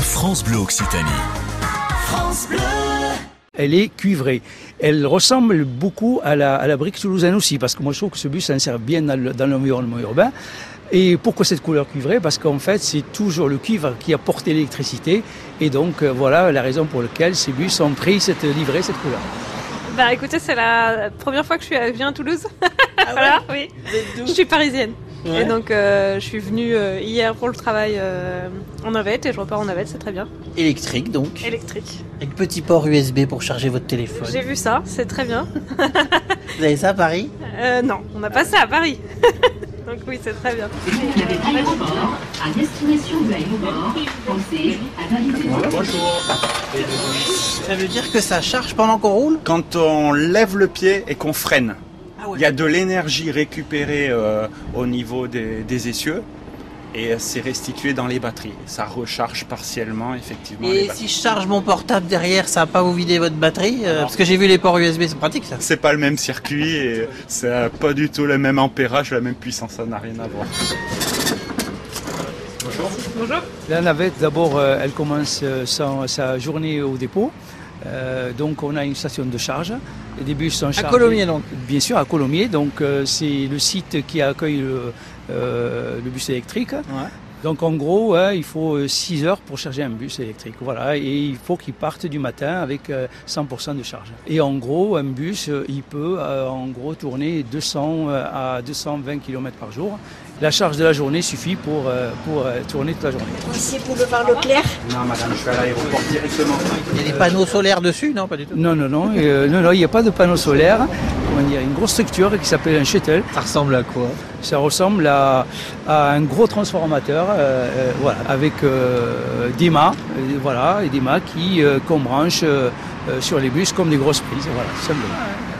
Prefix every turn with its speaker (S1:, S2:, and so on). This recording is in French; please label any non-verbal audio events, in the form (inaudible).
S1: France Bleu Occitanie. France Bleu
S2: elle est cuivrée. Elle ressemble beaucoup à la, à la brique toulousaine aussi, parce que moi je trouve que ce bus s'insère bien dans l'environnement le, urbain. Et pourquoi cette couleur cuivrée Parce qu'en fait, c'est toujours le cuivre qui apporte l'électricité. Et donc, euh, voilà la raison pour laquelle ces bus ont pris cette livrée, cette couleur.
S3: Bah écoutez, c'est la première fois que je, suis, je viens à Toulouse. Ah (laughs) voilà, ouais oui. Je suis parisienne. Ouais. Et donc, euh, je suis venue euh, hier pour le travail euh, en navette et je repars en navette, c'est très bien.
S4: Électrique donc
S3: Électrique.
S4: Avec petit port USB pour charger votre téléphone.
S3: J'ai vu ça, c'est très bien. Euh,
S4: Vous avez ça à Paris
S3: Non, on n'a pas ça à Paris. (laughs) donc, oui, c'est très bien.
S5: à destination de pensez à valider.
S6: Bonjour.
S4: Ça veut dire que ça charge pendant qu'on roule
S6: Quand on lève le pied et qu'on freine.
S4: Ah
S6: Il y a de l'énergie récupérée euh, au niveau des, des essieux et euh, c'est restitué dans les batteries. Ça recharge partiellement, effectivement.
S4: Et si je charge mon portable derrière, ça va pas vous vider votre batterie euh, Parce que j'ai vu les ports USB, c'est pratique ça.
S6: C'est pas le même circuit et euh, c'est pas du tout le même ampérage, la même puissance, ça n'a rien à voir.
S3: Bonjour. Bonjour.
S2: La navette, d'abord, euh, elle commence son, sa journée au dépôt. Euh, donc on a une station de charge. Et des bus sont
S4: chargés. À Colomiers donc
S2: Bien sûr, à Colomiers. Donc euh, c'est le site qui accueille le, euh, le bus électrique. Ouais. Donc en gros, hein, il faut 6 heures pour charger un bus électrique. Voilà, et il faut qu'il parte du matin avec euh, 100% de charge. Et en gros, un bus, euh, il peut en gros tourner 200 à 220 km par jour. La charge de la journée suffit pour, euh, pour tourner toute la journée.
S7: Ici, pour le voir Leclerc
S6: Non, madame, je suis à l'aéroport directement.
S4: Il y a des panneaux solaires dessus Non, pas du tout.
S2: Non, non, non, euh, non, non il n'y a pas de panneaux solaires. Il y a une grosse structure qui s'appelle un shuttle.
S4: Ça ressemble à quoi
S2: Ça ressemble à, à, un gros transformateur, euh, euh, voilà, avec euh, des mâts, euh, voilà, et des mâts qui qu'on branche sur les bus comme des grosses prises, voilà, simplement.